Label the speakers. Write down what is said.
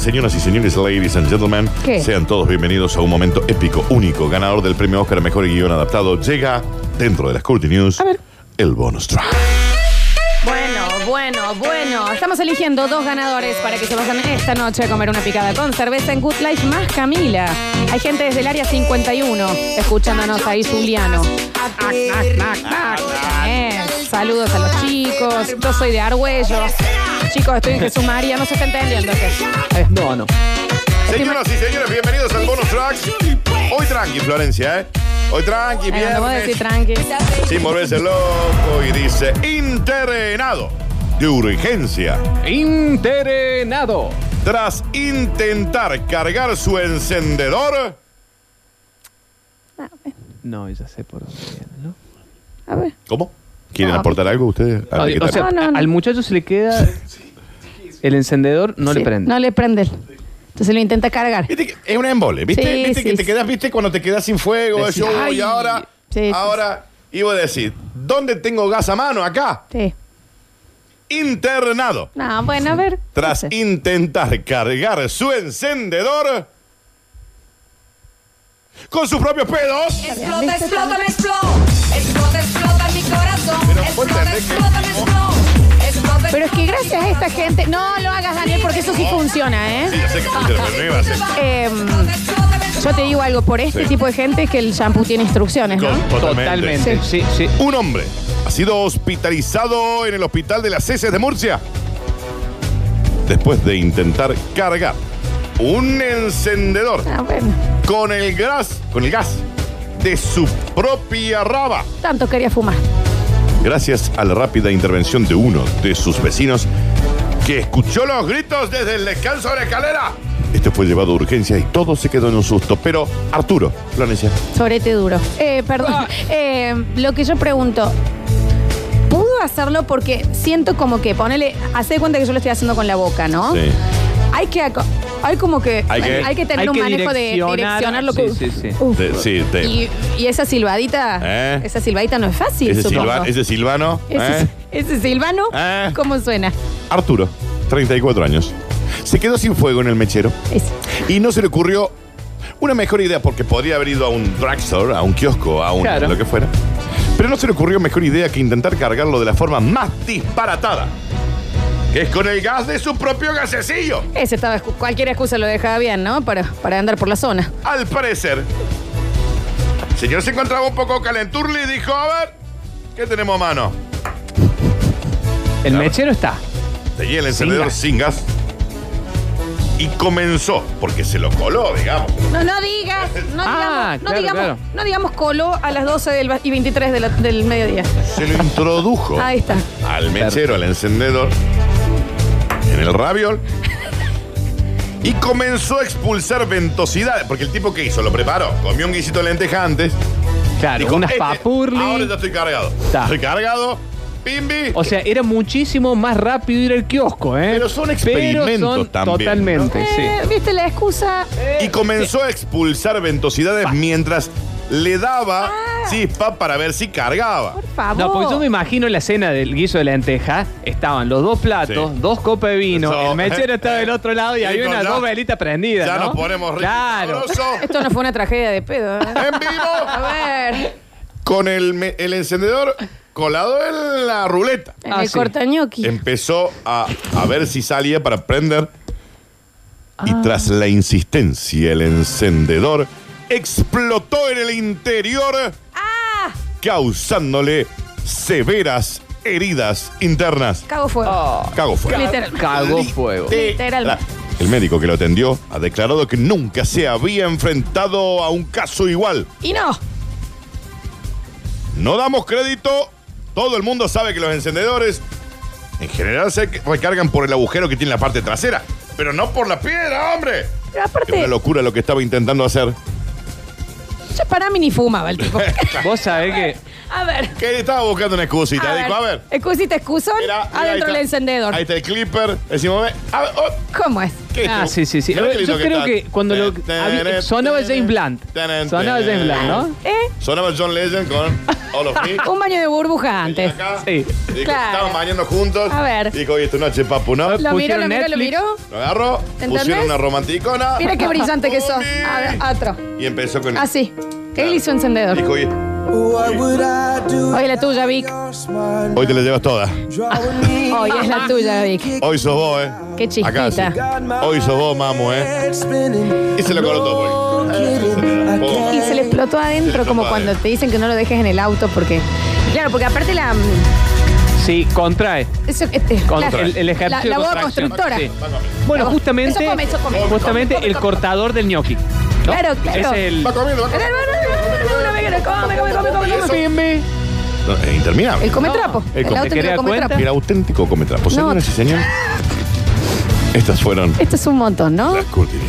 Speaker 1: Señoras y señores, ladies and gentlemen,
Speaker 2: ¿Qué?
Speaker 1: sean todos bienvenidos a un momento épico, único, ganador del premio Oscar a Mejor Guión Adaptado. Llega, dentro de las Curti News,
Speaker 2: A ver.
Speaker 1: el bonus track.
Speaker 2: Bueno, bueno, bueno. Estamos eligiendo dos ganadores para que se vayan esta noche a comer una picada con cerveza en Good Life más Camila. Hay gente desde el área 51 escuchándonos ahí, Juliano. Ac, ac, ac, ac. Eh, saludos a los chicos. Yo soy de Argüello. Chicos, estoy en Jesús María. No se está entendiendo. ¿qué?
Speaker 3: Eh, No, no.
Speaker 1: Señoras y señores, bienvenidos al bonus track. Hoy tranqui, Florencia, ¿eh? Hoy tranqui,
Speaker 2: Bueno, vos decís
Speaker 1: viernes.
Speaker 2: tranqui.
Speaker 1: Sin volverse loco y dice internado de urgencia.
Speaker 3: Interenado.
Speaker 1: Tras intentar cargar su encendedor,
Speaker 3: No, ya sé por dónde viene, ¿no?
Speaker 2: A ver.
Speaker 1: ¿cómo? ¿Quieren
Speaker 2: No.
Speaker 1: aportar algo ustedes? A ver, ¿qué
Speaker 3: o
Speaker 1: tal?
Speaker 3: sea,
Speaker 2: No, no, no.
Speaker 3: al muchacho se le queda. El encendedor no
Speaker 2: Sí,
Speaker 3: le prende.
Speaker 2: No le prende. Entonces lo intenta cargar.
Speaker 1: Viste que es un embole, ¿viste?
Speaker 2: Sí,
Speaker 1: viste que
Speaker 2: sí,
Speaker 1: te
Speaker 2: sí.
Speaker 1: quedas, ¿viste? Cuando te quedas sin fuego,
Speaker 3: Decís,
Speaker 1: eso,
Speaker 3: "Ay".
Speaker 1: y ahora,
Speaker 2: Sí, sí,
Speaker 1: ahora, y vos decís, ¿dónde tengo gas a mano? Acá,
Speaker 2: Sí.
Speaker 1: internado.
Speaker 2: No, bueno, a ver.
Speaker 1: Tras
Speaker 2: No sé.
Speaker 1: intentar cargar su encendedor con sus propios pedos.
Speaker 4: Explota, explota, me explota. Explota, explota mi corazón.
Speaker 1: Pero vos
Speaker 4: Explota,
Speaker 1: entendés que-
Speaker 4: explota, me explota. Explota,
Speaker 2: Pero es que
Speaker 4: explota
Speaker 2: gracias a
Speaker 4: mi
Speaker 2: esta
Speaker 4: corazón.
Speaker 2: gente. No lo hagas, Daniel, porque eso sí funciona,
Speaker 1: Sí,
Speaker 2: ¿eh?
Speaker 1: ya sé que funciona, pero no iba a ser.
Speaker 2: Em,
Speaker 4: Explota, explota, me
Speaker 2: yo te
Speaker 4: explota.
Speaker 2: digo algo, por este
Speaker 1: Sí.
Speaker 2: tipo de gente es que el shampoo tiene instrucciones, ¿no?
Speaker 1: Con-
Speaker 3: Totalmente. Sí, sí.
Speaker 1: Un hombre ha sido hospitalizado en el hospital de las heces de Murcia después de intentar cargar un encendedor
Speaker 2: Ah, bueno.
Speaker 1: con el gas, con el gas de su propia raba.
Speaker 2: Tanto quería fumar.
Speaker 1: Gracias a la rápida intervención de uno de sus vecinos que escuchó los gritos desde el descanso de la escalera. Este fue llevado a urgencia y todo se quedó en un susto. Pero Arturo, Florencia,
Speaker 2: Sorete duro. Eh, perdón.
Speaker 1: Ah.
Speaker 2: Eh, lo que yo pregunto. ¿Pudo hacerlo porque siento como que, ponele, hace de cuenta que yo lo estoy haciendo con la boca, ¿no?
Speaker 1: Sí.
Speaker 2: Hay que, aco- hay como que,
Speaker 1: Hay
Speaker 2: hay
Speaker 1: que-
Speaker 2: que, tener
Speaker 3: Hay
Speaker 2: un
Speaker 3: que
Speaker 2: manejo de
Speaker 3: direccionar-
Speaker 2: direccionar lo que.
Speaker 3: Sí, sí, sí.
Speaker 2: Uf.
Speaker 1: Te- sí, te-
Speaker 2: Y, y esa silbadita,
Speaker 1: ¿Eh?
Speaker 2: esa silbadita no es fácil,
Speaker 1: ese,
Speaker 2: supongo.
Speaker 1: silba- ese silvano,
Speaker 2: Ese,
Speaker 1: ¿eh?
Speaker 2: ese silvano,
Speaker 1: ¿Eh?
Speaker 2: ¿cómo suena?
Speaker 1: Arturo, 34 años, se quedó sin fuego en el mechero
Speaker 2: Ese.
Speaker 1: y no se le ocurrió una mejor idea porque podría haber ido a un drugstore, a un kiosco, a un
Speaker 3: Claro.
Speaker 1: lo que fuera. Pero no se le ocurrió mejor idea que intentar cargarlo de la forma más disparatada, que es con el gas de su propio gasecillo.
Speaker 2: Ese estaba, escu- cualquier excusa lo dejaba bien, ¿no? Para, para andar por la zona.
Speaker 1: Al parecer, el señor se encontraba un poco calenturli y dijo, a ver, ¿qué tenemos a mano?
Speaker 3: El mechero está.
Speaker 1: Tenía el
Speaker 3: Sin
Speaker 1: encendedor
Speaker 3: gas.
Speaker 1: sin gas. Y comenzó, porque se lo coló, digamos.
Speaker 2: No, no digas, no digamos,
Speaker 3: Ah,
Speaker 2: no,
Speaker 3: claro,
Speaker 2: digamos
Speaker 3: claro.
Speaker 2: no digamos coló a las 12 del va- y 23 de la- del mediodía.
Speaker 1: Se lo introdujo
Speaker 2: Ahí está.
Speaker 1: al mechero, al encendedor, en el raviol. Y comenzó a expulsar ventosidades. Porque el tipo que hizo, lo preparó. Comió un guisito de lenteja antes.
Speaker 3: Claro,
Speaker 1: dijo,
Speaker 3: unas
Speaker 1: "Este, Ahora
Speaker 3: papurli.
Speaker 1: ya estoy cargado.
Speaker 3: Está.
Speaker 1: Estoy cargado. Pimbi.
Speaker 3: O sea, era muchísimo más rápido ir al kiosco, ¿eh?
Speaker 1: Pero son
Speaker 3: Pero son
Speaker 1: experimentos también,
Speaker 3: Totalmente,
Speaker 2: Eh,
Speaker 3: sí.
Speaker 2: ¿Viste la excusa?
Speaker 1: Y comenzó a expulsar ventosidades mientras le daba chispa para ver si cargaba.
Speaker 2: Por favor.
Speaker 3: No, porque yo me imagino la cena del guiso de lenteja. Estaban los dos platos,
Speaker 1: Sí.
Speaker 3: dos copas de vino,
Speaker 1: Eso,
Speaker 3: el mechero
Speaker 1: eh,
Speaker 3: estaba del otro lado y
Speaker 1: eh,
Speaker 3: había
Speaker 1: chicos,
Speaker 3: unas
Speaker 1: ya-
Speaker 3: dos velitas prendidas.
Speaker 1: Ya
Speaker 3: ¿no?
Speaker 1: nos ponemos re
Speaker 3: Claro.
Speaker 1: sabrosos.
Speaker 2: Esto no fue una tragedia de pedo. ¿eh?
Speaker 1: en vivo
Speaker 2: A ver,
Speaker 1: con el, me- el encendedor colado en la ruleta.
Speaker 2: en
Speaker 3: Ah,
Speaker 2: el
Speaker 3: sí.
Speaker 2: cortañoqui.
Speaker 1: Empezó a, a ver si salía para prender. Y tras la insistencia, el encendedor explotó en el interior, causándole severas heridas internas.
Speaker 2: Cago fuego.
Speaker 1: Cago fuego.
Speaker 2: Oh. Literal.
Speaker 3: Cagó fuego.
Speaker 2: Literalmente.
Speaker 1: El médico que lo atendió ha declarado que nunca se había enfrentado a un caso igual.
Speaker 2: Y no.
Speaker 1: No damos crédito. Todo el mundo sabe que los encendedores en general se recargan por el agujero que tiene la parte trasera, pero no por la piedra, hombre.
Speaker 2: Pero
Speaker 1: Es una
Speaker 2: aparte,
Speaker 1: locura lo que estaba intentando hacer.
Speaker 2: ya para mí ni fumaba el tipo.
Speaker 3: Vos sabés que.
Speaker 2: A ver.
Speaker 1: Que estaba buscando una excusita. Dijo, a ver.
Speaker 2: Excusita, excusón,
Speaker 1: mirá, mirá, ahí está.
Speaker 2: adentro del encendedor.
Speaker 1: Ahí está el clipper. Decimos, ve, a ver, oh,
Speaker 2: ¿Cómo es?
Speaker 1: ¿qué es
Speaker 3: Ah,
Speaker 1: esto?
Speaker 3: sí, sí, sí.
Speaker 1: Mirá qué lindo
Speaker 3: Yo creo
Speaker 1: está.
Speaker 3: que cuando lo- había- sonaba James Blunt. Sonaba James Blunt, ¿no?
Speaker 2: ¿Eh?
Speaker 1: Sonaba John Legend con all of me.
Speaker 2: Un baño de burbuja antes.
Speaker 1: Acá,
Speaker 3: Sí.
Speaker 1: dijo,
Speaker 2: Claro.
Speaker 1: Estaban bañando juntos.
Speaker 2: A ver.
Speaker 1: Dijo, oye, tu noche, papu, ¿no?
Speaker 2: Lo miró, lo
Speaker 3: Pusieron
Speaker 2: miró, lo
Speaker 3: Netflix.
Speaker 2: miró.
Speaker 1: Lo agarró,
Speaker 2: ¿Entendés?
Speaker 1: pusieron una romanticona.
Speaker 2: Mira qué brillante que sos. A ver, otro.
Speaker 1: Y empezó con.
Speaker 2: Así. Él
Speaker 1: Dijo,
Speaker 2: hizo encendedor.
Speaker 1: oye,
Speaker 2: Hoy la tuya, Vic.
Speaker 1: hoy te la llevas toda.
Speaker 2: Hoy es la tuya, Vic.
Speaker 1: Hoy sos vos, ¿eh?
Speaker 2: Qué chispita.
Speaker 1: Acá, sí. Hoy sos vos, mamu, ¿eh? Y se lo cortó, por ahí. Pum.
Speaker 2: Y se le
Speaker 1: Se
Speaker 2: explotó
Speaker 1: le
Speaker 2: adentro,
Speaker 1: explotó
Speaker 2: como cuando
Speaker 1: adentro.
Speaker 2: te dicen que no lo dejes en el auto porque. Claro, porque aparte la.
Speaker 3: Sí, contrae.
Speaker 2: Eso, este,
Speaker 3: Contra-
Speaker 2: la-
Speaker 3: el, el ejercicio
Speaker 2: la,
Speaker 3: de
Speaker 2: la boda
Speaker 3: contracción.
Speaker 2: constructora.
Speaker 3: Sí.
Speaker 1: Va comiendo.
Speaker 3: Bueno,
Speaker 2: Eso
Speaker 3: justamente,
Speaker 2: come, eso come. Come,
Speaker 3: justamente
Speaker 2: come,
Speaker 3: el
Speaker 2: come.
Speaker 3: cortador del gnocchi. ¿no?
Speaker 2: Claro, claro.
Speaker 3: Es el...
Speaker 1: Va comiendo, va
Speaker 2: Pero,
Speaker 1: comiendo.
Speaker 2: no, no, no, no, no, come, come, come, come, come.
Speaker 1: No, es
Speaker 2: El
Speaker 1: interminable.
Speaker 2: come trapo.
Speaker 1: el
Speaker 2: El
Speaker 1: come-
Speaker 2: auto
Speaker 1: ¿Te
Speaker 3: quería
Speaker 2: el come
Speaker 3: cuenta?
Speaker 2: trapo.
Speaker 1: Era auténtico cometrapo.
Speaker 2: No.
Speaker 1: Señoras y señores, estas fueron
Speaker 2: Esto es un montón, ¿no?
Speaker 1: las cortinas.